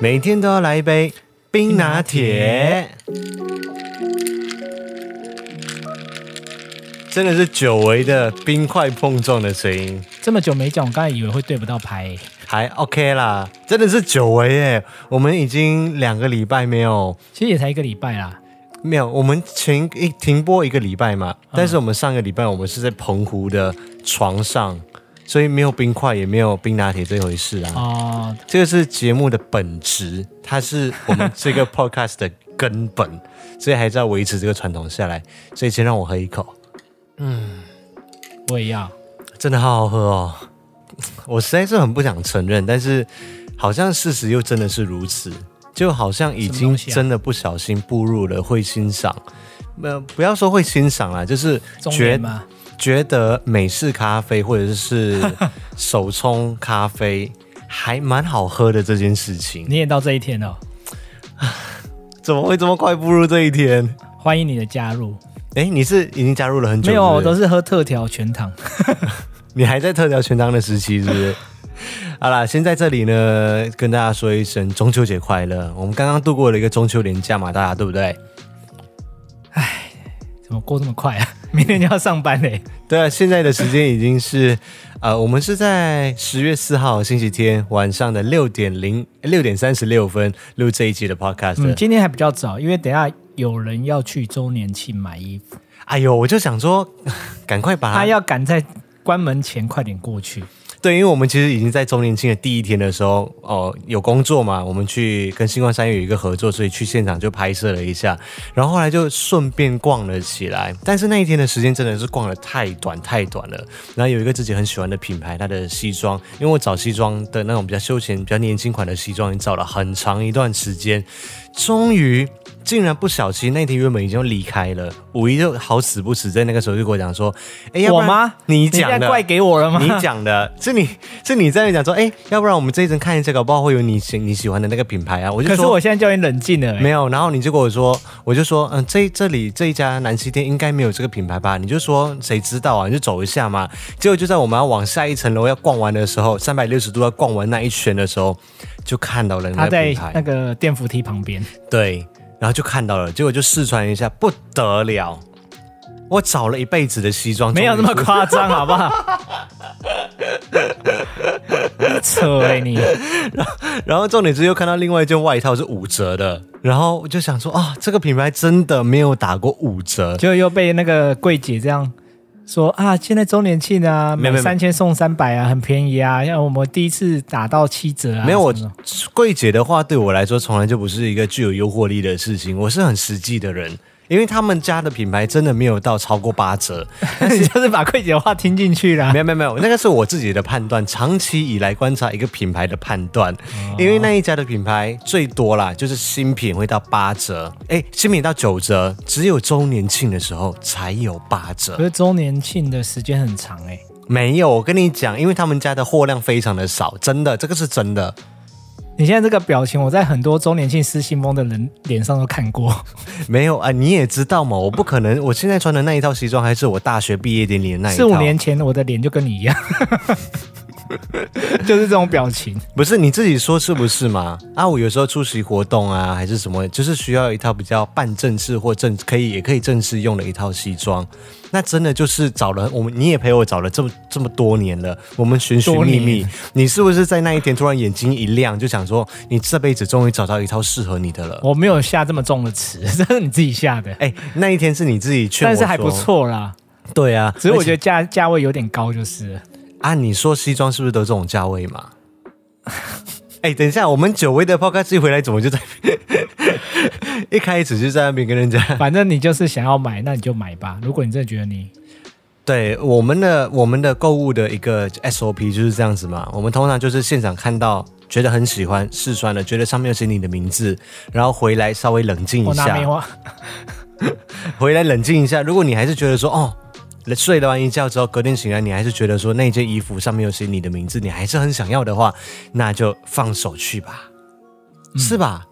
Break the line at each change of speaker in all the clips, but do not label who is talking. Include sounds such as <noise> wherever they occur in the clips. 每天都要来一杯冰拿铁。真的是久违的冰块碰撞的声音，
这么久没讲，我刚才以为会对不到拍欸、
还 OK 啦，真的是久违耶！我们已经两个礼拜没有
其实也才一个礼拜啦。
没有，我们前一停播一个礼拜嘛，但是我们上个礼拜我们是在澎湖的床上，所以没有冰块，也没有冰拿铁这回事啊。
哦，
这个是节目的本质，它是我们这 <laughs> 个 podcast 的根本，所以还是要维持这个传统下来。所以先让我喝一口，
我也要。
真的好好喝哦！我实在是很不想承认，但是好像事实又真的是如此，就好像已
什么
经
东西啊
真的不小心步入了会欣赏，呃，不要说会欣赏啦，就是
中
觉
年吗？
觉得美式咖啡或者是手冲咖啡还蛮好喝的这件事情，
你也到这一天了，
怎么会这么快步入这一天？
欢迎你的加入。
哎，你是已经加入了很久？
没有，啊我都
是
是喝特调全糖。
不你还在特调全当的时期，是不
<laughs>
是？好啦，先在这里呢，跟大家说一声中秋节快乐。我们刚刚度过了一个中秋连假嘛，大家对不对？
怎么过这么快啊？ <laughs> 明天就要上班嘞、
对啊，现在的时间已经是，呃，我们是在十月四号星期天晚上的六点零六点三十六分录这一期的 podcast 的。
嗯，今天还比较早，因为等一下有人要去周年庆买衣服，
哎呦，我就想说， <laughs> 赶快把它
他要赶在关门前快点过去。
对，因为我们其实已经在周年庆的第一天的时候，哦，有工作嘛，我们去跟星光三月有一个合作，所以去现场就拍摄了一下，然后后来就顺便逛了起来。但是那一天的时间真的是逛的太短太短了。然后有一个自己很喜欢的品牌，它的西装，因为我找西装的那种比较休闲、比较年轻款的西装，已经找了很长一段时间，终于。竟然不小心，那天原本已经要离开了，五呃一就好死不死，在那个时候就跟我讲说：“哎、要不
我
然
吗？
你
现
讲
在
的，
怪给我了吗？
你讲的是你是你在那讲说，哎、要不然我们这一阵看一下，搞不好会有你喜你喜欢的那个品牌啊。我就
可是
说
我现在叫你冷静了、欸。
没有，然后你就跟我说，我就说，嗯，这这里这一家南西店应该没有这个品牌吧？你就说谁知道啊？你就走一下嘛。结果就在我们要往下一层楼要逛完的时候，三百六十度要逛完那一圈的时候，就看到了那
他
个
在
品牌，
那个电扶梯旁边，
对，然后就看到了，结果就试穿一下，不得了。我找了一辈子的西装， <laughs>
没有那
终于
么夸张，好不 <laughs> 好？扯哎、你！
然后重点是又看到另外一件外套是五折的，然后我就想说啊，这个品牌真的没有打过五折。
就又被那个柜姐这样说啊，现在周年庆啊，
没有
买
没有
三千送三百啊，很便宜啊，像我们第一次打到七折啊，
没有我
什么的
柜姐的话对我来说从来就不是一个具有诱惑力的事情，我是很实际的人，因为他们家的品牌真的没有到超过八
<laughs>
折。
你就是把柜姐的话听进去啦
没。有没有没有，那个是我自己的判断，长期以来观察一个品牌的判断，
哦
因为那一家的品牌最多啦，就是新品会到八折，哎，新品到九折，只有周年庆的时候才有八折
可。是周年庆的时间很长哎、
没有，我跟你讲，因为他们家的货量非常的少，真的，这个是真的。
你现在这个表情，我在很多周年庆失信封的人脸上都看过。
没有啊、你也知道嘛，我不可能，我现在穿的那一套西装还是我大学毕业典礼的那一套。
四五年前我的脸就跟你一样， <laughs> 就是这种表情。
不是你自己说是不是嘛？啊，我有时候出席活动啊，还是什么，就是需要一套比较半正式或正可以也可以正式用的一套西装。那真的就是找了我们，你也陪我找了这么这么多年了，我们寻寻觅
多
觅
年，
你是不是在那一天突然眼睛一亮，就想说你这辈子终于找到一套适合你的了？
我没有下这么重的词， <laughs> 这是你自己下的，
<laughs> 哎、那一天是你自己劝我，
但是还不。错啦。
对啊，
只是我觉
得
得价价位有点高，就是了
啊，你说西装是不是都这种价位嘛？ <laughs> 哎、等一下，我们久违的 podcast 一回来，怎么就在 <laughs> 一开始就在那边跟人家？
反正你就是想要买，那你就买吧。如果你真的觉得你
对，我们的我们的购物的一个 SOP 就是这样子嘛。我们通常就是现场看到。觉得很喜欢试穿了，觉得上面有写你的名字，然后回来稍微冷静一
我拿
下
梅，花，
回来冷静一下。如果你还是觉得说，哦，睡了完一觉之后，隔天醒来，你还是觉得说那件衣服上面有写你的名字，你还是很想要的话，那就放手去吧，是吧？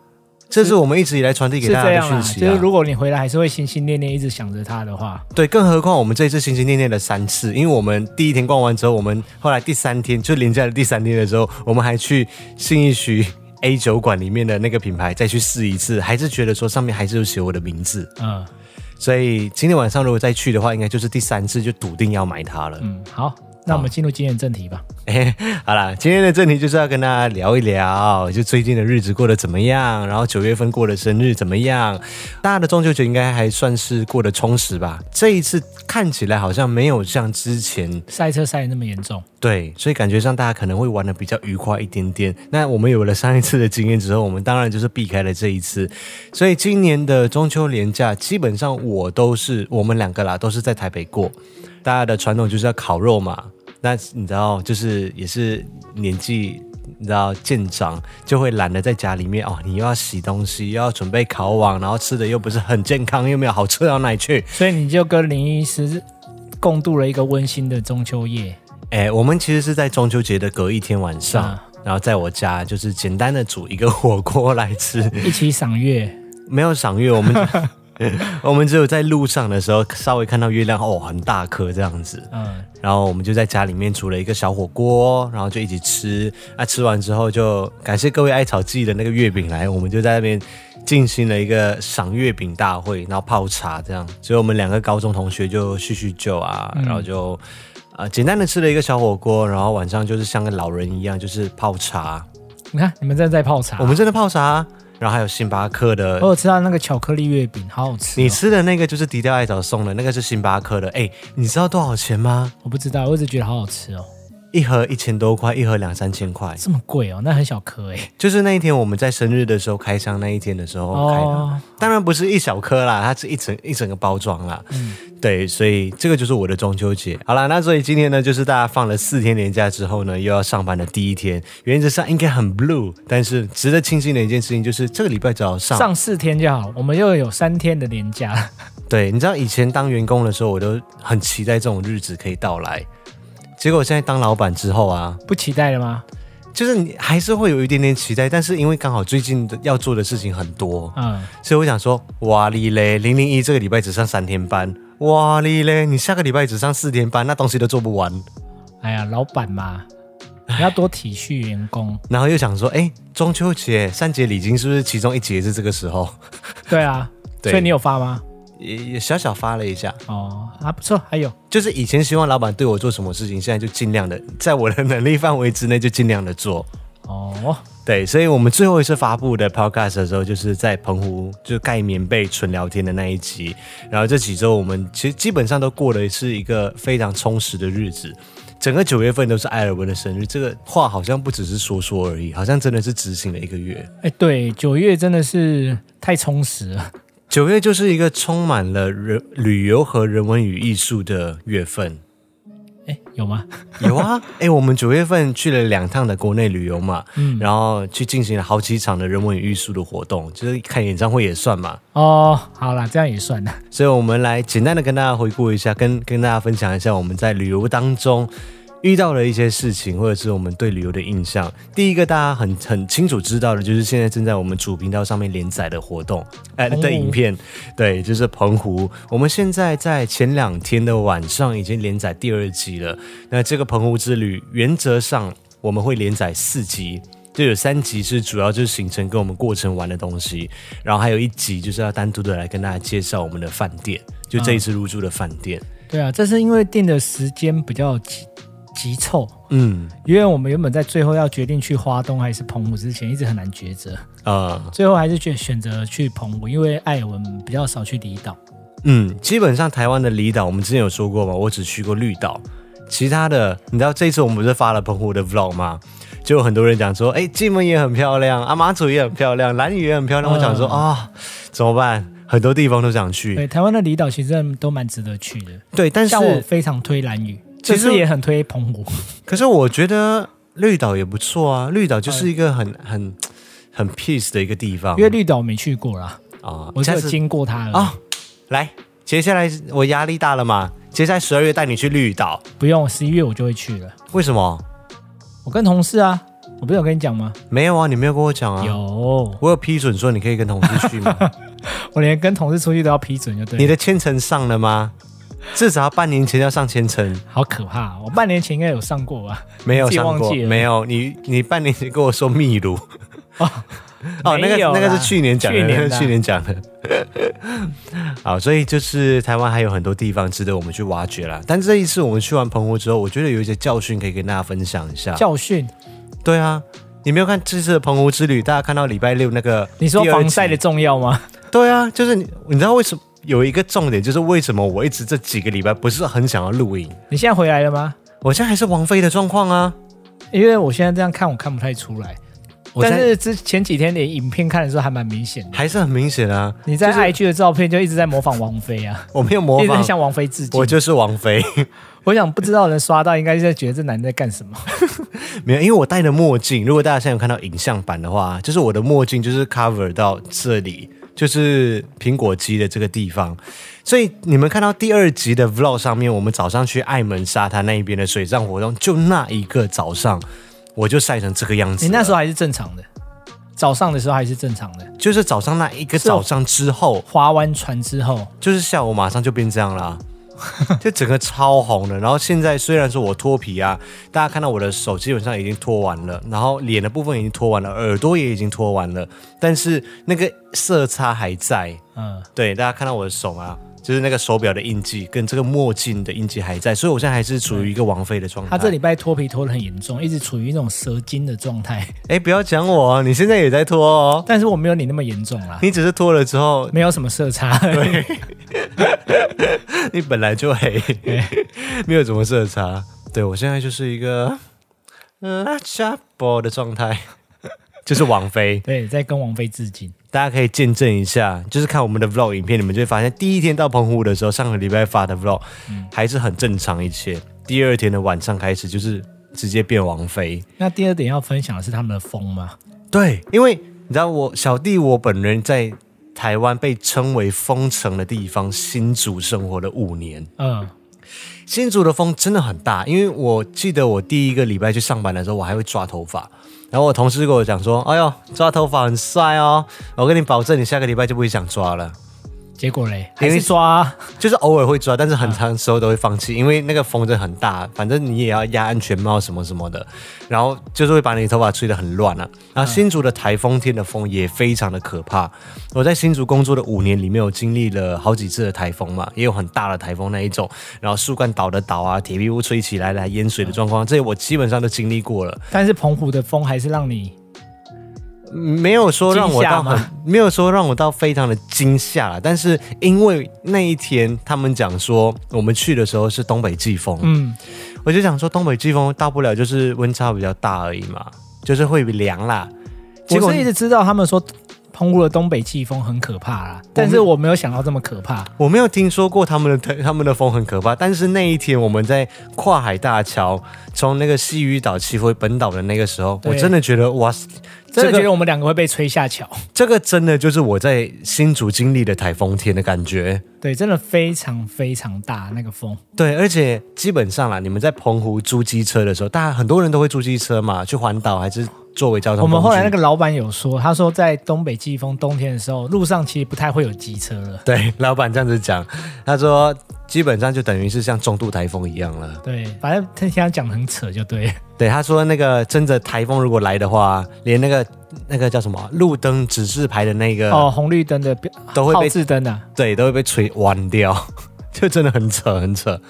这是我们一直以来传递给
嗯是
大
这
家的
样啦。
讯息、
就
啊。
是如果你回来还是会心心念念一直想着他的话，
对，更何况我们这一次心心念念了三次，因为我们第一天逛完之后，我们后来第三天就连假的第三天的时候，我们还去信义区 A 酒馆里面的那个品牌再去试一次，还是觉得说上面还是有写我的名字，
嗯
所以今天晚上如果再去的话，应该就是第三次就笃定要买它了。 <laughs>
嗯，好，那我们进入今天的正题吧。
哎，好啦，今天的正题就是要跟大家聊一聊，就最近的日子过得怎么样，然后九月份过的生日怎么样。大家的中秋节应该还算是过得充实吧？这一次看起来好像没有像之前
赛车赛得那么严重，
对，所以感觉上大家可能会玩的比较愉快一点点。那我们有了上一次的经验之后，我们当然就是避开了这一次。所以今年的中秋连假，基本上我都是我们两个啦，都是在台北过。大家的传统就是要烤肉嘛。那你知道，就是也是年纪。你知道见长就会懒得在家里面哦，你又要洗东西，又要准备烤网，然后吃的又不是很健康，又没有好吃到哪里去，
所以你就跟林医师共度了一个温馨的中秋夜。
哎、我们其实是在中秋节的隔一天晚上，
啊
然后在我家就是简单的煮一个火锅来吃， <laughs>
嗯一起赏月，
没有赏月，我们 <laughs> 我们只有在路上的时候稍微看到月亮哦，很大颗这样子，
嗯，
然后我们就在家里面煮了一个小火锅，然后就一起吃。那、吃完之后就感谢各位艾草寄的那个月饼来，我们就在那边进行了一个赏月饼大会，然后泡茶这样。所以我们两个高中同学就叙叙旧啊，然后就呃简单的吃了一个小火锅，然后晚上就是像个老人一样，就是泡茶。
你看你们正在泡茶，
我们真的泡茶，啊然后还有星巴克的
我有吃到那个巧克力月饼，好好吃、哦。
你吃的那个就是迪调艾草送的，那个是星巴克的。哎，你知道多少钱吗？
我不知道，我一直觉得好好吃哦，
一盒一千多块，一盒两三千块。
这么贵哦，那很小颗哎。
就是那一天我们在生日的时候开箱那一天的时候开的，
哦，
当然不是一小颗啦，它是一整一整个包装啦。
嗯
对，所以这个就是我的中秋节。好啦，那所以今天呢，就是大家放了四天年假之后呢，又要上班的第一天，原则上应该很 blue，但是值得庆幸的一件事情就是这个礼拜早上，
上四天就好，我们又有三天的年假。 <laughs>
对，你知道以前当员工的时候，我都很期待这种日子可以到来，结果现在当老板之后啊，
不期待了吗？
就是你还是会有一点点期待，但是因为刚好最近的要做的事情很多，
嗯，
所以我想说，哇哩嘞，零零一这个礼拜只上三天班，哇哩嘞，你下个礼拜只上四天班，那东西都做不完。
哎呀，老
<laughs>
板嘛，你要多体恤员工。
然后又想说，哎，中秋节三节礼金是不是其中一节是这个时候？
对啊，
<laughs> 对
所以你有发吗？
也也小小发了一下，
哦，还不错，还有，
就是以前希望老板对我做什么事情，现在就尽量的在我的能力范围之内就尽量的做。
哦，
对，所以我们最后一次发布的 podcast 的时候，就是在澎湖，就是盖棉被纯聊天的那一集。然后这几周我们其实基本上都过的是一个非常充实的日子。整个九月份都是艾尔文的生日，这个话好像不只是说说而已，好像真的是执行了一个月。
哎，对，九月真的是太充实了。
九月就是一个充满了人旅游和人文与艺术的月份。
哎，有吗？
有啊，哎、我们九月份去了两趟的国内旅游嘛，
嗯
然后去进行了好几场的人文与艺术的活动，就是看演唱会也算嘛。
哦，好啦，这样也算了。
所以我们来简单的跟大家回顾一下，跟跟大家分享一下我们在旅游当中遇到的一些事情，或者是我们对旅游的印象。第一个大家很很清楚知道的，就是现在正在我们主频道上面连载的活动，哎、
澎湖
的影片，对，就是澎湖。我们现在在前两天的晚上已经连载第二集了。那这个澎湖之旅，原则上我们会连载四集。就有三集是主要就是行程跟我们过程玩的东西，然后还有一集就是要单独的来跟大家介绍我们的饭店，就这一次入住的饭店。
对啊，这是因为定的时间比较急急凑，
嗯，
因为我们原本在最后要决定去花东还是澎湖之前，一直很难抉择，
呃，
最后还是选选择去澎湖，因为艾尔文比较少去离岛。
嗯，基本上台湾的离岛我们之前有说过嘛，我只去过绿岛，其他的你知道这一次我们不是发了澎湖的 vlog 吗？就有很多人讲说，哎，金门也很漂亮，阿马祖也很漂亮，兰屿也很漂亮。我想说
嗯
啊、怎么办？很多地方都想去，
对，台湾的离岛其实都蛮值得去的，
对，嗯但是
像我非常推蓝屿，
其
其
实
实也很推澎湖。
可是我觉得绿岛也不错啊，绿岛就是一个很
哎
很很 peace 的一个地方，
因为绿岛我没去过啦，
啊，
我只
下
有
次
经过它而已。
啊、来，接下来我压力大了嘛，接下来十二月带你去绿岛，
不用，十一月我就会去了。
为什么？
我跟同事啊，我不是有跟你讲吗？
没有啊，你没有跟我讲啊，
有，
我有批准说你可以跟同事去
<laughs>
吗？
我连跟同事出去都要批准，就对了。
你的签程上了吗？至少要半年前要上签程，
好可怕、我半年前应该有上过吧？
没有
自己
上
忘
过，
记了
没有。你你半年前跟我说秘鲁， <laughs> 哦，那个
没有啦
那个是去年讲的，
去
那
年
个
的
是去年讲的。 <laughs> 好，所以就是台湾还有很多地方值得我们去挖掘啦。但这一次我们去完澎湖之后，我觉得有一些教训可以跟大家分享一下。
教训。
对啊，你没有看这次的澎湖之旅，大家看到礼拜六那个
你说
第二
防晒
集
的重要吗？
对啊，就是你，你知道为什么有一个重点，就是为什么我一直这几个礼拜不是很想要录影？
你现在回来了吗？
我现在还是王菲的状况啊。
因为我现在这样看，我看不太出来。
我
但
现在
是之前几天连影片看的时候还蛮明显的。
还是很明显啊，
你在 IG 的照片就一直在模仿王菲啊，
我没有模
一直
仿，
向王菲致敬。
我
我
就是王菲。 <laughs>
想不知道人刷到，应该是在觉得这男的在干什
<laughs> 啊
么。
没有，因为我戴的墨镜，如果大家现在有看到影像版的话，就是我的墨镜就是 cover 到这里，就是苹果肌的这个地方。所以你们看到第二集的 vlog 上面，我们早上去爱门沙滩那一边的水上活动，就那一个早上，我就晒成这个样子
你
了。
那时候还是正常的，早上的时候还是正常的。
就是早上那一个
是哦
早上之后，
划完船之后，
就是下午马上就变这样
<laughs>
啦、就整个超红的。然后现在虽然说我脱皮啊，大家看到我的手基本上已经脱完了，然后脸的部分已经脱完了，耳朵也已经脱完了，但是那个色差还在。
嗯，
对，大家看到我的手啊，就是那个手表的印记跟这个墨镜的印记还在，所以我现在还是处于一个王菲的状态。
他这礼拜脱皮脱得很严重，一直处于一种蛇精的状态。 <laughs>
哎，不要讲我哦，你现在也在脱哦，
但是我没有你那么严重啦，
你只是脱了之后
没有什么
<laughs>
色差。
你本来就黑，没有怎么色差。对我现在就是一个呃拉恰波的状态，就是王菲。
<laughs> 对，在跟王菲致敬。
大家可以见证一下，就是看我们的 vlog 影片，你们就会发现，第一天到澎湖的时候，上个礼拜发的 vlog 还是很正常一切。第二天的晚上开始，就是直接变王菲。
那第二点要分享的是他们的风吗？
对，因为你知道我小弟我本人在台湾被称为风城的地方新竹生活了五年。
嗯，
新竹的风真的很大，因为我记得我第一个礼拜去上班的时候，我还会抓头发。然后我同事跟我讲说：“哎呦，抓头发很帅哦！我跟你保证，你下个礼拜就不会想抓了。
结果嘞，
因
还
为
是抓啊、
就是偶尔会抓，但是很长时候都会放弃，因为那个风真的很大，反正你也要压安全帽什么什么的。然后就是会把你头发吹得很乱啊。然后新竹的台风天的风也非常的可怕。我在新竹工作的五年里面，有经历了好几次的台风嘛，也有很大的台风那一种，然后树干倒的倒啊，铁皮屋吹起来来淹水的状况，这些我基本上都经历过了。
但是澎湖的风还是让你
没有说让我到
惊吓
很
吗，
没有说让我到非常的惊吓啦，但是因为那一天他们讲说，我们去的时候是东北季风，
嗯，
我就想说东北季风大不了就是温差比较大而已嘛，就是会凉啦。结
我
果
是一直知道他们说澎湖的东北季风很可怕啦，但是我没有想到这么可怕。
我没有听说过他们的 <laughs> 他们的风很可怕，但是那一天我们在跨海大桥从那个西屿岛骑回本岛的那个时候，
对
我真的觉得哇，
真
这
的觉
个
得我们两个会被吹下桥，
这个真的就是我在新竹经历的台风天的感觉。
<laughs> 对，真的非常非常大那个风，
对，而且基本上啦，你们在澎湖租机车的时候，大家很多人都会租机车嘛，去环岛还是作为交通
我
工具。
们后来那个老板有说，他说在东北季风冬天的时候，路上其实不太会有机车了。
<laughs> 对老板这样子讲，他说基本上就等于是像中度台风一样了。
对，反正他现在讲的很扯就对了。
对，他说那个真的台风如果来的话，连那个那个叫什么啊路灯指示牌的那个、
哦，红绿灯的标
都会被
号志灯啊，
对都会被吹弯掉， <laughs> 就真的很扯很扯。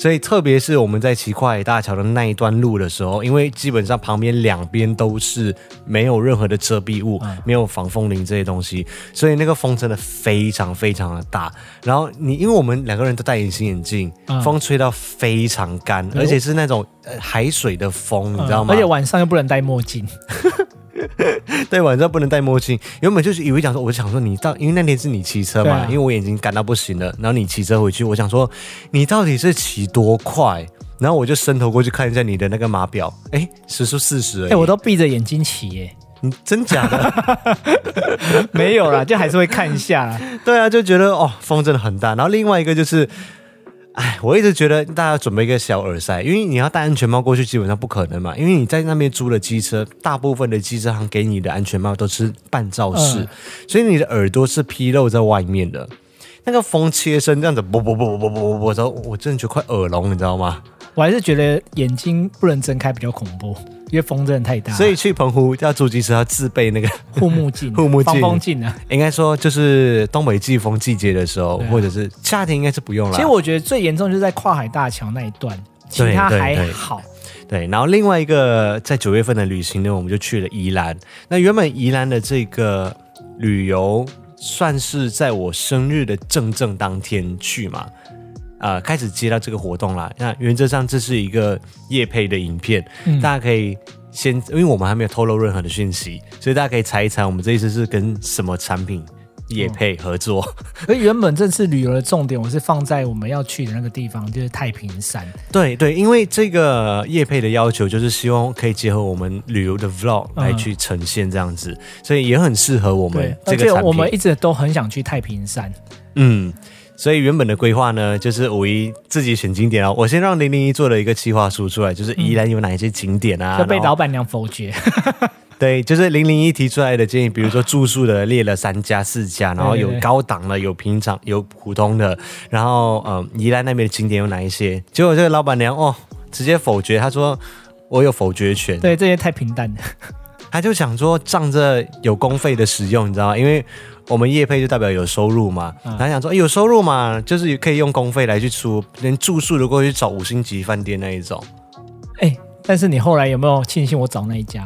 所以特别是我们在骑跨海大桥的那一段路的时候，因为基本上旁边两边都是没有任何的遮蔽物，
嗯
没有防风林这些东西，所以那个风真的非常非常的大。然后你因为我们两个人都戴隐形眼镜，
嗯
风吹到非常干，
对
而且是那种呃海水的风，你知道吗？
嗯而且晚上又不能戴墨镜，
对，晚上不能戴墨镜。原本就是以为讲说，我就想说你到，因为那天是你骑车
对
嘛，
啊
因为我眼睛干到不行了，然后你骑车回去，我想说你到底是骑多快？然后我就伸头过去看一下你的那个码表，哎，时速四十而
哎、
已。
我都闭着眼睛骑
<laughs>
耶、
你真假的？
没有啦，就还是会看一下啦。
对啊，就觉得哦，风真的很大。然后另外一个就是。哎，我一直觉得大家准备一个小耳塞，因为你要戴安全帽过去基本上不可能嘛，因为你在那边租的机车，大部分的机车行给你的安全帽都是半罩式，
嗯
所以你的耳朵是披露在外面的。那个风切身这样子，啵啵啵啵啵啵啵啵，然后我真的觉得快耳聋，你知道吗？
我还是觉得眼睛不能睁开比较恐怖，因为风真的太大了，
所以去澎湖要住机车要自备那个，
护目镜、
<laughs> 护目镜
防风镜啊。
应该说就是东北季风季节的时候，
对啊
或者是夏天应该是不用了。
其实我觉得最严重就是在跨海大桥那一段，其
对
他
对
还
对
好。
对，然后另外一个在九月份的旅行呢，我们就去了宜兰。那原本宜兰的这个旅游算是在我生日的正正当天去嘛，呃，开始接到这个活动啦。那原则上这是一个夜配的影片，
嗯
大家可以先，因为我们还没有透露任何的讯息，所以大家可以猜一猜，我们这一次是跟什么产品夜配合作？
而原本这次旅游的重点，我是放在我们要去的那个地方，就是太平山。
对对，因为这个业配的要求就是希望可以结合我们旅游的 vlog
嗯
来去呈现这样子，所以也很适合我
对
们，这
而
个
且
产品。
我们一直都很想去太平山。
嗯，所以原本的规划呢，就是五一自己选景点啊，我先让零零一做了一个企划书出来，就是宜兰有哪一些景点啊，
就被
然后
老板娘否决。
对，就是零零一提出来的建议，比如说住宿的列了三家四家，然后有
对对对
高档的，有平常有普通的，然后嗯，宜兰那边的景点有哪一些？结果这个老板娘哦，直接否决，她说我有否决权，
<laughs> 对，这些太平
<laughs>
淡了。
她就想说仗着有公费的使用，你知道吗？因为我们业配就代表有收入嘛，
嗯
她想说、诶有收入嘛，就是可以用公费来去出，连住宿都过去找五星级饭店那一种。
哎、但是你后来有没有庆幸我找那一家？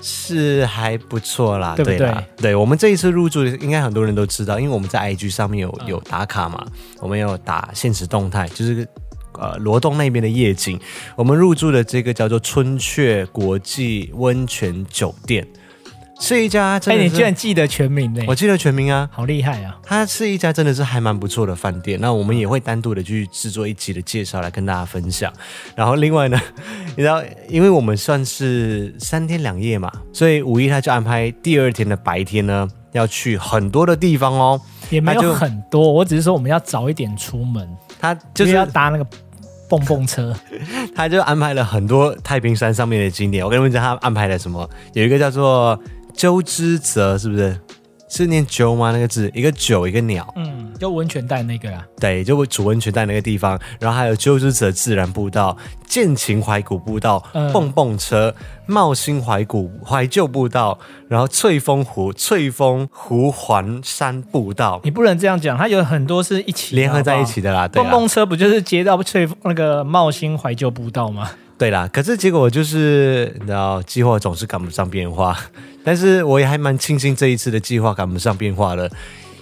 是还不错啦，
对不对嗯
啦，对我们这一次入住，应该很多人都知道，因为我们在 IG 上面有有打卡嘛，我们有打现实动态，就是呃罗东那边的夜景。我们入住的这个叫做春雀国际温泉酒店，是一家
哎、
真的
你
是
居然记得全名呢、
我记得全名啊，
好厉害啊！
它是一家真的是还蛮不错的饭店，那我们也会单独的去制作一集的介绍来跟大家分享。然后另外呢， <laughs> 你知道，因为我们算是三天两夜嘛，所以五一他就安排第二天的白天呢，要去很多的地方哦。
也
那
没有
就
很多，我只是说我们要早一点出门，
他就
因为要
是
搭那个蹦蹦车。
他就安排了很多太平山上面的景点。我跟你们讲，他安排了什么？有一个叫做鸠之泽，是不是？是念鸠吗？那个字，一个九，一个鸟。
嗯，就温泉蛋那个啊啦。
对，就主温泉在那个地方，然后还有鸠之泽自然步道、剑琴怀古步道、
嗯
蹦蹦车、茂兴怀古怀旧步道，然后翠峰湖、翠峰湖环山步道
你不能这样讲，它有很多是一起的
联合在一。
好不好
起的啦，对啊
嗯蹦
啦，
蹦车不就是接到翠那个茂兴怀旧步道吗？
对啦。可是结果就是，你知道，计划总是赶不上变化， <laughs> 但是我也还蛮庆幸这一次的计划赶不上变化了。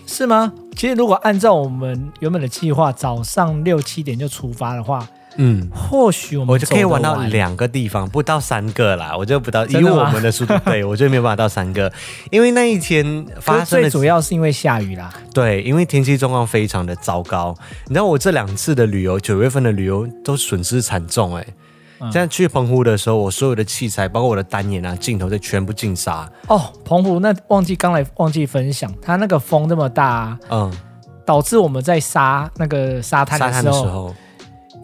是吗？其实如果按照我们原本的计划，早上六七点就出发的话，
嗯，
或许我们
我就可以
走得
玩到
完
两个地方，不到三个啦。我就不到，以
真的
我
吗
们的速度，对我就没有办法到三个，因为那一天发生
<laughs> 发最
的
主要是因为下雨啦，
对，因为天气状况非常的糟糕。你知道我这两次的旅游，九月份的旅游都损失惨重哎、
嗯
现在去澎湖的时候，我所有的器材，包括我的单眼啊、镜头，都全部进沙。
哦，澎湖那忘记刚来忘记分享，它那个风那么大、
嗯，
导致我们在沙那个沙滩
沙
的
滩
时
的
候，
时候，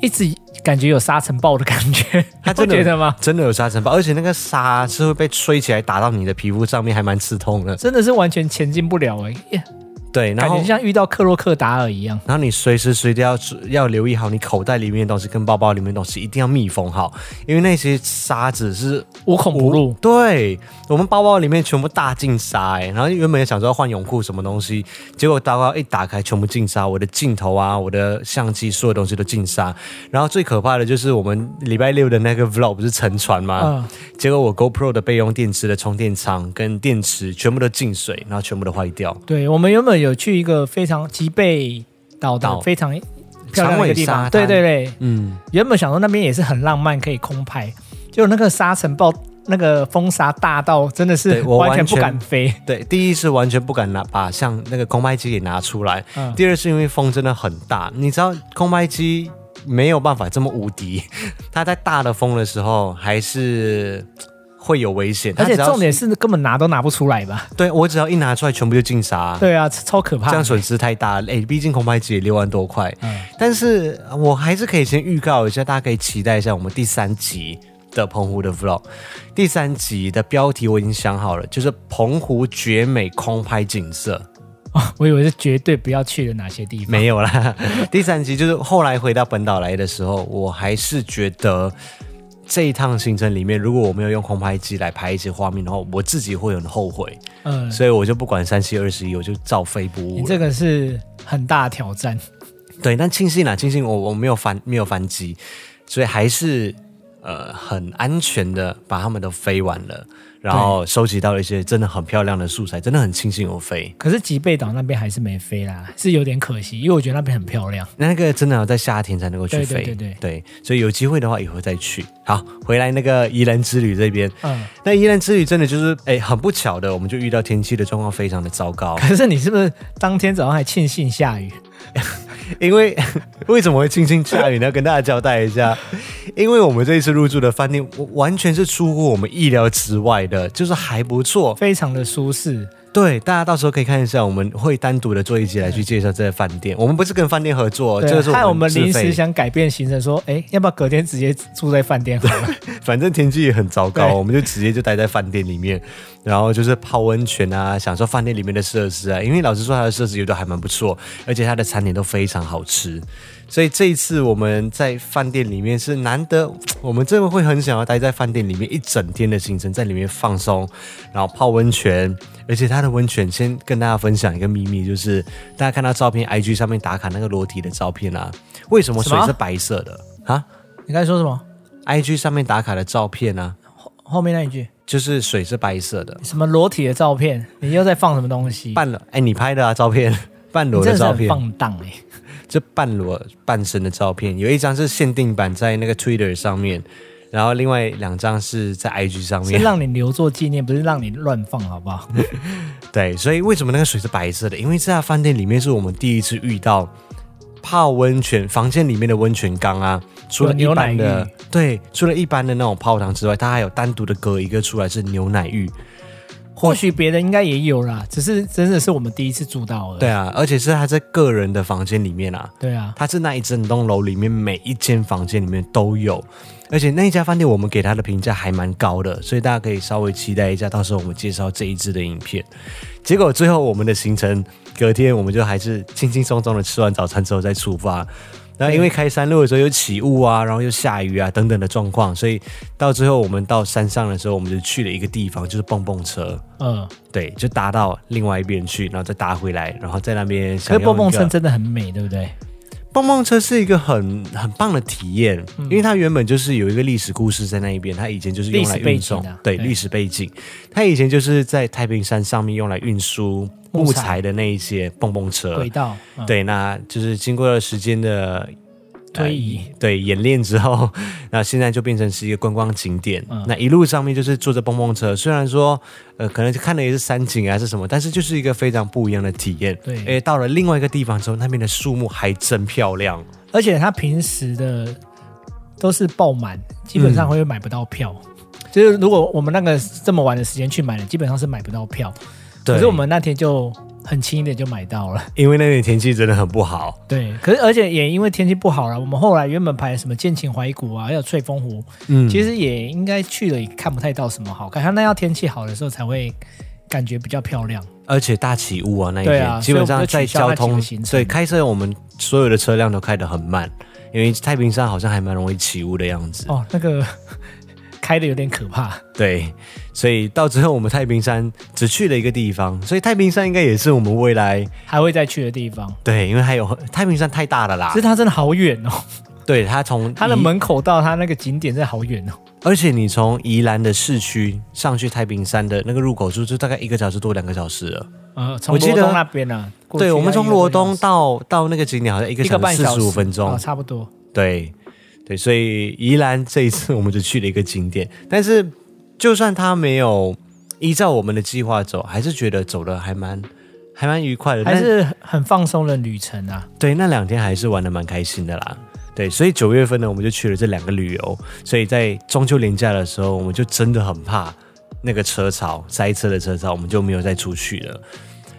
一直感觉有沙尘暴的感觉，
它
你不
真的
<laughs> 觉得吗？
真的有沙尘暴，而且那个沙是会被吹起来打到你的皮肤上面，还蛮刺痛的。
真的是完全前进不了哎、耶
对，然
感
后
觉就像遇到克洛克达尔一样。
然后你随时随地要注要留意好你口袋里面的东西跟包包里面的东西一定要密封好，因为那些沙子是
无孔不入
对，我们包包里面全部大进沙哎、然后原本想说要换泳裤什么东西，结果包包一打开全部进沙，我的镜头啊，我的相机所有东西都进沙。然后最可怕的就是我们礼拜六的那个 vlog 不是沉船吗？
嗯
结果我 GoPro 的备用电池的充电仓跟电池全部都进水，然后全部都坏掉。
对，我们原本有去一个非常吉贝岛的
岛
非常漂亮的一个地
长尾沙滩
方，对对对，
嗯，
原本想说那边也是很浪漫，可以空拍，结果那个沙尘暴。那个风沙大到真的是
对我
完
完
全不
全
敢飞，
对，第一是完全不敢拿把像那个空拍机给拿出来，
嗯
第二是因为风真的很大，你知道空拍机没有办法这么无敌， <laughs> 它在大的风的时候还是会有危险，
而且
它只要
重点是根本拿都拿不出来吧？
对我只要一拿出来，全部就进沙。
对啊，超可怕
这
的。
<laughs> 样损失太大了，哎，毕竟空拍机也六万多块，
嗯
但是我还是可以先预告一下，大家可以期待一下我们第三集的澎湖的 vlog。第三集的标题我已经想好了，就是澎湖绝美空拍景色。
我以为是绝对不要去的哪些地方。
没有啦。 <laughs> 第三集就是后来回到本岛来的时候，我还是觉得这一趟行程里面，如果我没有用空拍机来拍一些画面的话，我自己会很后悔，
嗯，
所以我就不管三七二十一，我就照飞不误
你
了。
这个是很大的挑战。
对，但庆幸啦，庆幸我我没有翻没有翻机，所以还是呃很安全的把它们都飞完了，然后收集到了一些真的很漂亮的素材，真的很庆幸我飞。
可是吉贝岛那边还是没飞啦，是有点可惜，因为我觉得那边很漂亮。
那个真的要在夏天才能够去
对
飞，
对对对
所以有机会的话以后再去。好，回来那个宜兰之旅这边，
嗯，
那宜兰之旅真的就是哎很不巧的，我们就遇到天气的状况非常的糟
<laughs>
糕，
可是你是不是当天早上还庆幸下雨？
因为为什么会轻轻下雨呢？跟大家交代一
<laughs>
下，因为我们这一次入住的饭店我完全是出乎我们意料之外的，就是还不错。
非常的舒适，
对，大家到时候可以看一下，我们会单独的做一集来去介绍这个饭店。我们不是跟饭店合作，哦这
对
个是
害
我
我
们
们
自
临
费
时想改变行程，说，哎，要不要隔天直接住在饭店好了？
<laughs> 反正天气也很糟糕，
对
我们就直接就待在饭店里面，然后就是泡温泉啊，享受饭店里面的设施啊。因为老实说，它的设施有的还蛮不错，而且它的餐点都非常好吃。所以这一次我们在饭店里面是难得，我们真的会很想要待在饭店里面一整天的行程，在里面放松，然后泡温泉。而且它的温泉，先跟大家分享一个秘密，就是大家看到照片，IG 上面打卡那个裸体的照片啊，为什么水
什么
是白色的啊
你刚才说什么？
？IG 上面打卡的照片啊，
后面那一句
就是水是白色的，
什么裸体的照片，你又在放什么东西？
<laughs> 半裸哎、你拍的啊照片， <laughs> 半
你
裸
真
的
的是
照
很
片，
放荡哎、
这半裸半身的照片，有一张是限定版在那个 Twitter 上面，然后另外两张是在 IG 上
是
面。
让你留作纪念，不是让你乱放，好不
<laughs>
好？
对，所以为什么那个水是白色的？因为这家饭店里面是我们第一次遇到泡温泉，房间里面的温泉缸啊，除了一般
有牛
的
奶
对，除了一般的那种泡汤之外，它还有单独的隔一个出来是牛奶浴。
或许别人应该也有啦，只是真的是我们第一次住到的。
对啊，而且是他在个人的房间里面啊，
对啊，
它是那一整栋楼里面每一间房间里面都有，而且那一家饭店我们给它的评价还蛮高的，所以大家可以稍微期待一下，到时候我们介绍这一支的影片。结果最后我们的行程隔天我们就还是轻轻松松的吃完早餐之后再出发。那因为开山路的时候有起雾啊，然后又下雨啊等等的状况，所以到最后我们到山上的时候，我们就去了一个地方，就是蹦蹦车，
嗯，
对，就搭到另外一边去，然后再搭回来，然后在那边享用
可是
一个。
蹦蹦车真的很美，对不对？
蹦蹦车是一个很很棒的体验，
嗯
因为它原本就是有一个历史故事在那一边，它以前就是用来运送
历史背景啊，
对
对
历史背景，它以前就是在太平山上面用来运输
木
木
材
材的那一些蹦蹦车
轨，道，嗯、
对，那就是经过了时间的呃
推移，
对演练之后， <laughs> 那现在就变成是一个观光景点。
嗯
那一路上面就是坐着蹦蹦车，虽然说呃可能看的也是山景啊是什么，但是就是一个非常不一样的体验。
对
而且到了另外一个地方之后，那边的树木还真漂亮。
而且它平时的都是爆满，基本上会买不到票。就是如果我们那个这么晚的时间去买的，基本上是买不到票。可是我们那天就很轻一点就买到了。
因为那里天气真的很不好，
<laughs> 对，可是而且也因为天气不好了，我们后来原本排什么剑琴怀古啊，还有翠峰湖，
嗯，
其实也应该去了也看不太到什么好看。它那要天气好的时候才会感觉比较漂亮。
而且大起雾啊那一
对
天，
啊
基本上在交
所以我
通
们就取消那几个行程
对开车我们所有的车辆都开得很慢，因为太平山好像还蛮容易起雾的样子，
哦，那个 <laughs> 开的有点可怕。
对，所以到最后我们太平山只去了一个地方，所以太平山应该也是我们未来
还会再去的地方。
对，因为还有太平山太大了啦
其实，它真的好远哦，
对，它从
它的
宜，
门口到它那个景点真的好远哦。
而且你从宜兰的市区上去太平山的那个入口处，就大概一个小时多两个小时了。
呃，
嗯
从
我记
罗
得
东那边啊，过去
对，我们
要
从
一个多
罗东
小时
到到那个景点好像一个
一个
小
半
时四
小时
十五分钟
哦，差不多。
对对，所以宜兰这一次我们就去了一个景点，但是就算他没有依照我们的计划走，还是觉得走的还蛮还蛮愉快的，
还
但
是很放松的旅程啊。
对那两天还是玩的蛮开心的啦。对，所以九月份呢，我们就去了这两个旅游，所以在中秋连假的时候，我们就真的很怕那个车潮塞车的车潮，我们就没有再出去了。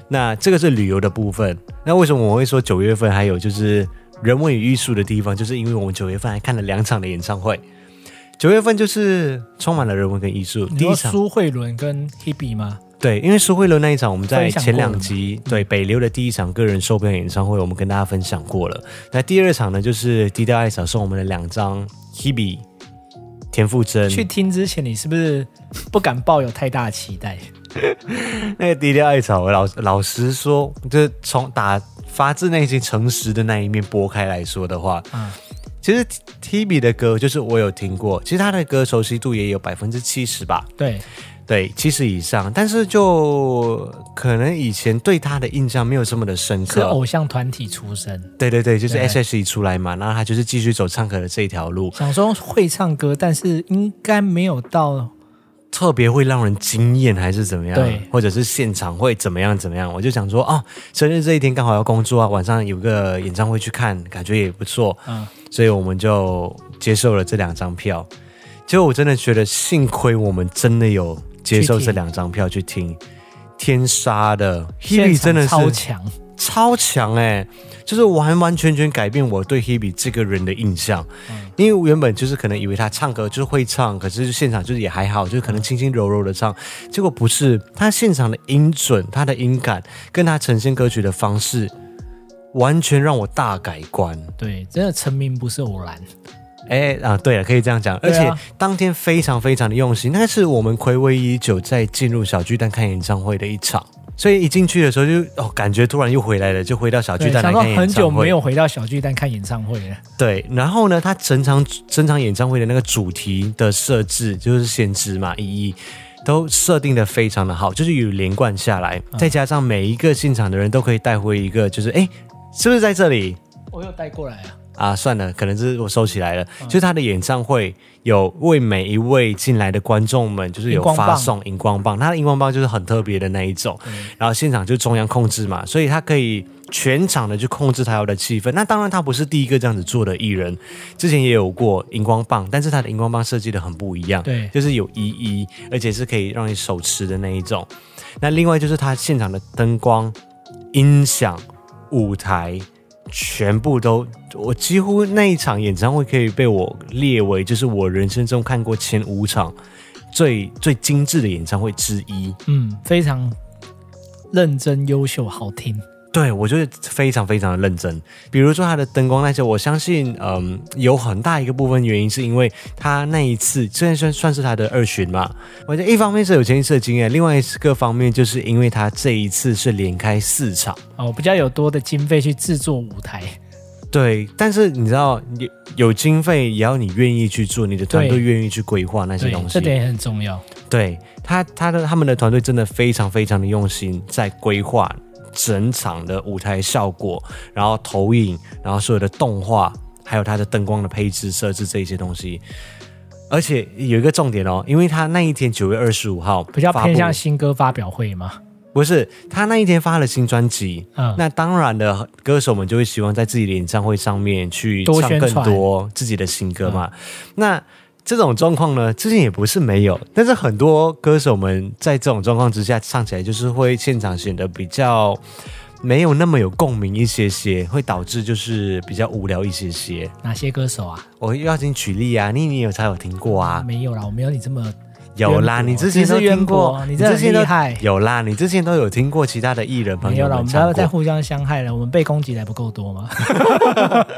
那这个是旅游的部分。那为什么我会说九月份还有就是人文与艺术的地方，就是因为我们九月份还看了两场的演唱会。九月份就是充满了人文跟艺术。
你
第一
说
场
苏慧伦跟 Hebe 吗？
对，因为苏慧伦那一场，我们在
分享过
前两集对北流的第一场个人售票演唱会，我们跟大家分享过了。那第二场呢，就是低调爱小送我们的两张 Hebe 田馥甄
去听之前，你是不是不敢抱有太大的期待？
那个低调艾草，我老老实说，就是从打发自内心诚实的那一面拨开来说的话，
嗯
其实 Hebe 的歌就是我有听过，其实他的歌熟悉度也有百分之七十吧，
对，
对，七十以上，但是就可能以前对他的印象没有这么的深
是
刻。
偶像团体出身，
对对对，就是
对
S.H.E 出来嘛，然后他就是继续走唱歌的这一条路，
想说会唱歌，但是应该没有到
特别会让人惊艳，还是怎么样？
对
或者是现场会怎么样怎么样？我就想说，哦，生日这一天刚好要工作啊，晚上有个演唱会去看，感觉也不错，
啊、
所以我们就接受了这两张票。结果我真的觉得，幸亏我们真的有接受
去听
这两张票去听天杀的 h e b e
现场
真的是
超强，
超强哎、就是完完全全改变我对 Hebe 这个人的印象。
嗯
因为我原本就是可能以为他唱歌就是会唱，可是现场就是也还好，就是可能轻轻柔柔的唱。结果不是，他现场的音准、他的音感跟他呈现歌曲的方式，完全让我大改观。
对，真的成名不是偶然，
哎啊，对了，可以这样讲，而
对啊
且当天非常非常的用心，那是我们暌违已久在进入小巨蛋看演唱会的一场，所以一进去的时候就哦，感觉突然又回来了，就回到小巨
对，
蛋来
想到
看演唱会。
很久没有回到小巨蛋看演唱会了，
对，然后呢，他整场整场演唱会的那个主题的设置就是先知嘛，一一都设定的非常的好，就是有连贯下来，再加上每一个现场的人都可以带回一个，就是哎，诶是不是在这里
我又带过来啊，
啊？算了，可能是我收起来了。
嗯
就是他的演唱会有为每一位进来的观众们，就是有
荧光棒嗯
发送荧光棒，他的荧光棒就是很特别的那一种。然后现场就中央控制嘛，所以他可以全场的去控制他要的气氛。那当然，他不是第一个这样子做的艺人，之前也有过荧光棒，但是他的荧光棒设计的很不一样，
对
就是有一一，而且是可以让你手持的那一种。那另外就是他现场的灯光、音响、舞台。全部都，我几乎那一场演唱会可以被我列为就是我人生中看过前五场最最精致的演唱会之一。
嗯，非常认真、优秀、好听，
对，我觉得非常非常的认真。比如说它的灯光那些，我相信，嗯，有很大一个部分原因是因为他那一次，虽然算算是他的二巡嘛，我觉得一方面是有前一次的经验，另外一个方面就是因为他这一次是连开四场。
哦，比较有多的经费去制作舞台，
对，但是你知道有有经费，也要你愿意去做，你的团队
对
愿意去规划那些
对
东，西
这。点也很重要。
对他，他的他们的团队真的非常非常的用心，在规划整场的舞台效果，然后投影，然后所有的动画，还有它的灯光的配置设置这一些东西。而且有一个重点哦，因为他那一天九月二十五号
比较
发布
偏向新歌发表会嘛，
不是他那一天发了新专辑，
嗯，
那当然的，歌手们就会希望在自己的演唱会上面去
多
唱
宣
更
传嗯
多自己的新歌嘛。那这种状况呢，之前也不是没有，但是很多歌手们在这种状况之下唱起来，就是会现场显得比较没有那么有共鸣一些些，会导致就是比较无聊一些些。
哪些歌手啊？
我又要先举例啊，你你有才有听过啊？
没有啦，我没有你这么
有啦，
渊博
你之前都听过，
你是渊博你真的
之前
很
都
厉害
有啦，你之前都有听过其他的艺人朋
没
友
有啦，我
们
们不
唱
要
过
再。互相伤害了，我们被攻击的还不够多吗？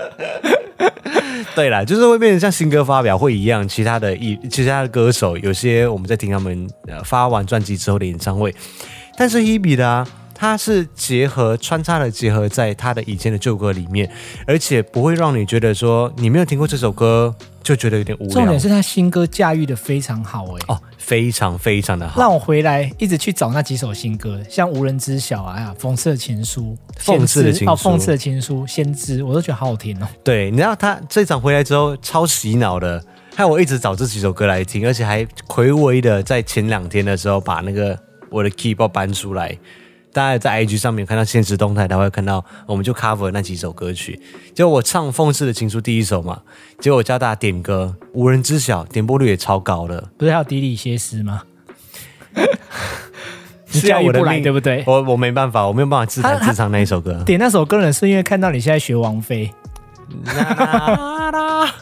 <laughs> 对啦，就是会变成像新歌发表会一样，其他的艺，其他的歌手，有些我们在听他们呃发完专辑之后的演唱会，但是 Hebe 的啊，它是结合穿插的结合在他的以前的旧歌里面，而且不会让你觉得说你没有听过这首歌就觉得有点无
重
聊
点是他新歌驾驭的非常好哎、
哦，非常非常的好，
让我回来一直去找那几首新歌，像《无人知晓》啊，《讽刺的情书》
讽刺的
先知
情书
哦，《讽刺的情书》先知，我都觉得好好听哦。
对，你知道他这场回来之后超洗脑的，害我一直找这几首歌来听，而且还回味的在前两天的时候把那个我的 keyboard 搬出来。大家在 IG 上面看到现实动态，他会看到我们就 cover 那几首歌曲。结果我唱《讽刺的情书》第一首嘛，结果我叫大家点歌，无人知晓，点播率也超高了。
不是还有迪里歇斯吗？你
是啊
驾驭
我的
不来，
命
对不对？
我我没办法，我没有办法自弹
他他
自唱那一首歌。
点那首歌的人是因为看到你现在学王菲，
啦啦啦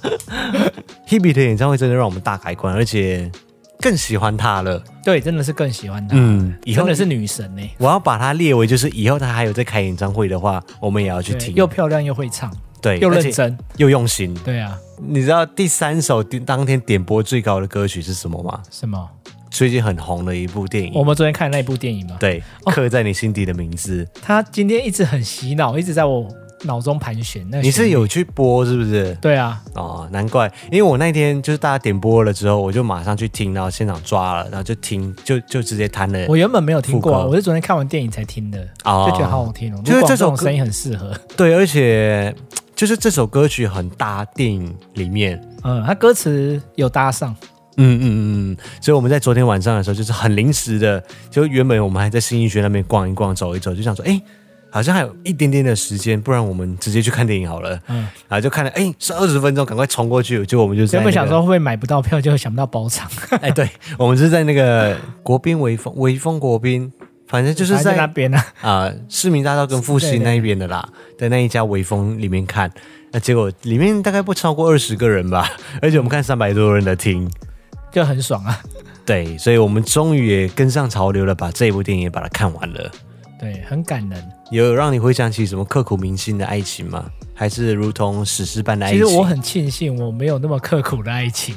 Hebe 的演唱会真的让我们大改观，而且更喜欢她了。
对，真的是更喜欢她，
嗯，以
真
后
的是女神呢、
我要把她列为就是以后她还有在开演唱会的话，我们也要去
对
听，
又漂亮又会唱，
对，
又
而
认
且
真，
又用心。
对啊，
你知道第三首第当天点播最高的歌曲是什么吗？
什么？
最近很红的一部电
我
影，
们哦昨天看的那部电影嘛，
对，刻在你心底的名字。
他今天一直很洗脑，一直在我脑中盘旋。那个
你是
旋律
有去播是不是？
对啊，
哦，难怪，因为我那天就是大家点播了之后，我就马上去听，然后现场抓了，然后就听，就就直接弹了。
我原本没有听过啊，
副歌
我是昨天看完电影才听的，
哦
就觉得好好听哦。
就是
卢广
这首
仲
歌
声音很适合，
对，而且就是这首歌曲很搭电影里面，
嗯，他歌词有搭上，
嗯嗯嗯嗯，所以我们在昨天晚上的时候，就是很临时的，就原本我们还在新一学那边逛一逛、走一走，就想说，哎，好像还有一点点的时间，不然我们直接去看电影好了。
嗯，
然后就看了，哎，是二十分钟，赶快冲过去。就我们就在、
原
那
本
个
想说会不会买不到票，就想不到包场，
哎，对，我们是在那个国宾微风微风国宾，反正就是
反正
在
那边啊，
啊、市民大道跟复兴那一边的啦，在那一家微风里面看，那结果里面大概不超过二十个人吧， <laughs> 而且我们看三百多人的厅，
就很爽啊。
对，所以我们终于也跟上潮流了，把这一部电影也把它看完了。
对，很感人。
有让你回想起什么刻骨铭心的爱情吗？还是如同史诗般的爱
其
情？
实我很庆幸我没有那么刻苦的
<laughs>
爱情，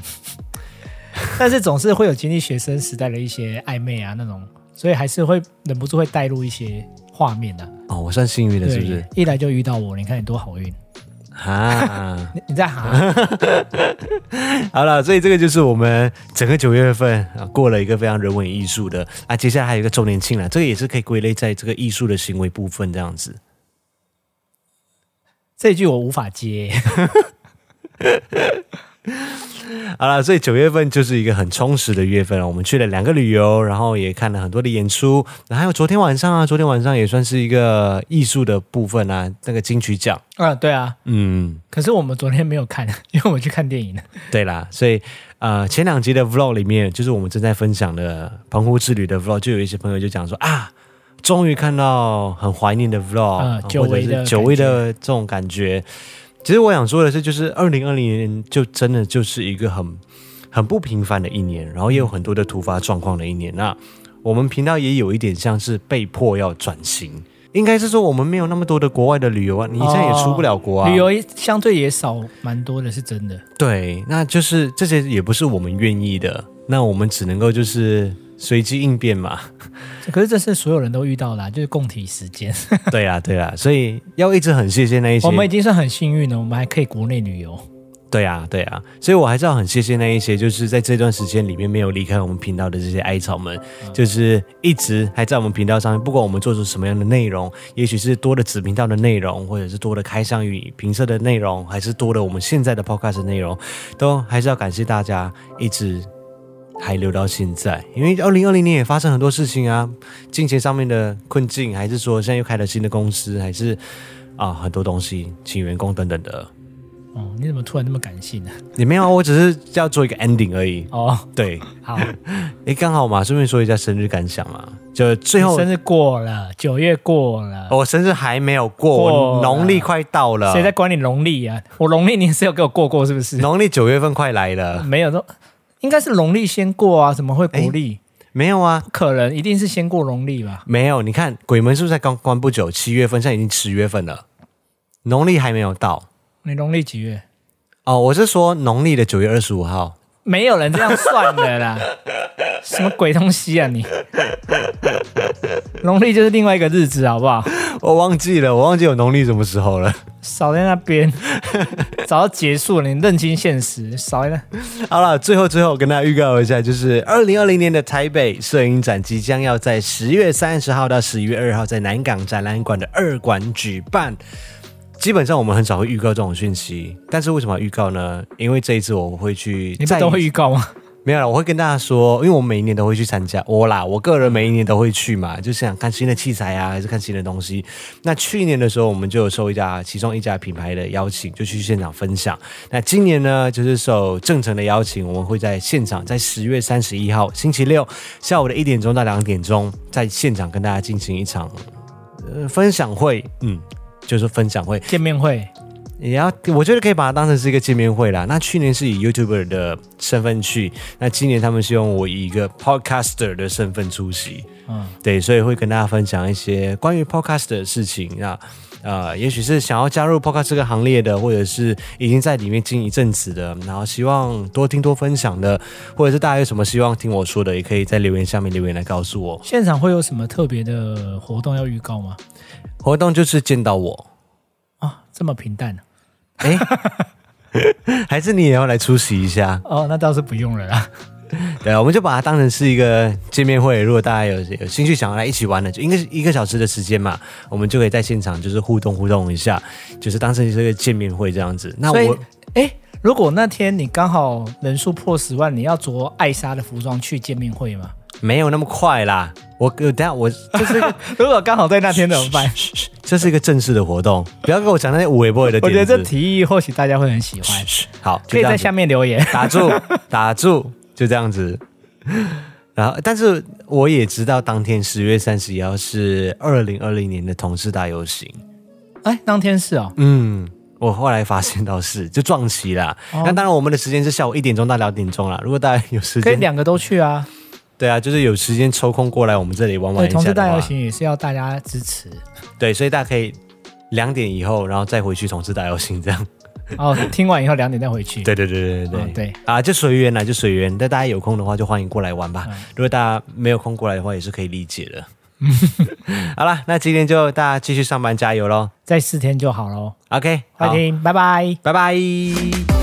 但是总是会有经历学生时代的一些暧昧啊那种，所以还是会忍不住会带入一些画面的、啊。
哦，我算幸运了，
对，
是不是？
一来就遇到我，你看你多好运。
啊， <laughs>
你你在喊
好了，所以这个就是我们整个九月份啊，过了一个非常人文艺术的啊，接下来还有一个周年庆了，这个也是可以归类在这个艺术的行为部分这样子。
这一句我无
<laughs>
法接，
好了，所以九月份就是一个很充实的月份了。我们去了两个旅游，然后也看了很多的演出，然后还有昨天晚上啊，昨天晚上也算是一个艺术的部分啊，那个金曲奖。
啊，对啊，
嗯，
可是我们昨天没有看， <laughs> 因为我去看电影了。
<laughs> 对啦，所以呃，前两集的 vlog 里面，就是我们正在分享的澎湖之旅的 vlog，就有一些朋友就讲说啊。终于看到很怀念的 vlog，、
呃久
或者
违的
是久
感
违的这种感觉。其实我想说的是，就是二零二零年就真的就是一个很很不平凡的一年，然后也有很多的突发状况的一年。那我们频道也有一点像是被迫要转型，应该是说我们没有那么多的国外的旅游啊，你现在也出不了国啊，
哦旅游相对也少蛮多的，是真的。
对，那就是这些也不是我们愿意的，那我们只能够就是随机应变嘛。 <laughs>
可是这是所有人都遇到啦、就是共体时间。
对啊，对啊，所以要一直很谢谢那一些，
<laughs> 我们已经算很幸运了，我们还可以国内旅游。
对啊，对啊，所以我还是要很谢谢那一些，就是在这段时间里面没有离开我们频道的这些艾草们，就是一直还在我们频道上面，不管我们做出什么样的内容，也许是多的子频道的内容，或者是多的开箱与评测的内容，还是多的我们现在的 podcast 的内容，都还是要感谢大家一直。还留到现在，因为二零二零年也发生很多事情啊，金钱上面的困境，还是说现在又开了新的公司，还是啊很多东西，请员工等等的，
哦，你怎么突然那么感性呢、
也没有啊，我只是要做一个 ending 而已。
哦，
对，
好，
诶，刚好嘛，顺便说一下生日感想嘛。就最
你
后，哦
生日啊过了，九月过了，
我生日还没有过，
过
我
了
农历快到了，
谁在管你农历啊？我农历你是有给我过过是不
<laughs>
是？
农历九月份快来了，
没有，都应该是农历先过啊，怎么会国历？
没有啊，
不可能，一定是先过农历吧？
没有。你看，鬼门是不是才刚关不久？七月份，现在已经十月份了，农历还没有到。
你农历几月？
哦，我是说农历的九月二十五号。
没有人这样算
<laughs>
的啦，什么鬼东西啊你？农历就是另外一个日子，好不好？
我忘记了，我忘记有农历什么时候了。
少在
<laughs>
那边，早就结束了，你认清现实，少在那。
好了，最后最后跟大家预告一下，就是二零二零年的台北摄影展即将要在十月三十号到十一月二号在南港展览馆的二馆举办。基本上我们很少会预告这种讯息，但是为什么要预告呢？因为这一次我会去
你
在
不都会预告吗？
没有了，我会跟大家说，因为我每一年都会去参加，我啦，我个人每一年都会去嘛，就想看新的器材啊，还是看新的东西。那去年的时候，我们就有受一家其中一家品牌的邀请，就去现场分享。那今年呢，就是受正成的邀请，我们会在现场，在十月三十一号星期六下午的一点钟到两点钟，在现场跟大家进行一场呃分享会，嗯，就是分享会，
见面会，
也要，我觉得可以把它当成是一个见面会啦。那去年是以 YouTuber 的身份去，那今年他们是用我以一个 Podcaster 的身份出席，
嗯，
对，所以会跟大家分享一些关于 Podcast 的事情。那呃，也许是想要加入 Podcast 这个行列的，或者是已经在里面经营一阵子的，然后希望多听多分享的，或者是大家有什么希望听我说的，也可以在留言下面留言来告诉我。
现场会有什么特别的活动要预告吗？
活动就是见到我，
啊，这么平淡啊
哎、 <laughs> 还是你也要来出席一下？
哦，那倒是不用了啦。
对，啊我们就把它当成是一个见面会。如果大家有有兴趣想要来一起玩的，就应该是一个小时的时间嘛，我们就可以在现场就是互动互动一下，就是当成是一个见面会这样子。 <laughs> 那
所以
我，
哎，如果那天你刚好人数破十万，你要着艾莎的服装去见面会
<laughs>
吗？
没有那么快啦，我我等一下我这是一个
如果刚好在那天怎么办？
这是一个正式的活动，不要跟我讲那些五 A boy 的
我
点子。
觉得这提议或许大家会很喜欢，
好，就
可
这
以
样
在
子
下面
<laughs>
留言。
打住，打住，就这样子。然后，但是我也知道，当天十月三十一号是二零二零年的同事大游行。
哎，当天是哦，
嗯，我后来发现到是就撞齐啦。
哦
那当然，我们的时间是下午一点钟到两点钟啦。如果大家有时
可以
间，
两个都去啊。
对啊，就是有时间抽空过来我们这里玩玩
对，
一下
同志
的
大
话
游行也是要大家支持。
对，所以大家可以两点以后，然后再回去同事大游行这样。
哦，听完以后两点再回去。
对对对对对
哦对
啊，就随缘啦，就随缘。但大家有空的话，就欢迎过来玩吧。
嗯
如果大家没有空过来的话，也是可以理解
<laughs>
的。好啦，那今天就大家继续上班加油喽。
再四天就好喽。
OK，好
快，听，拜拜。
拜拜。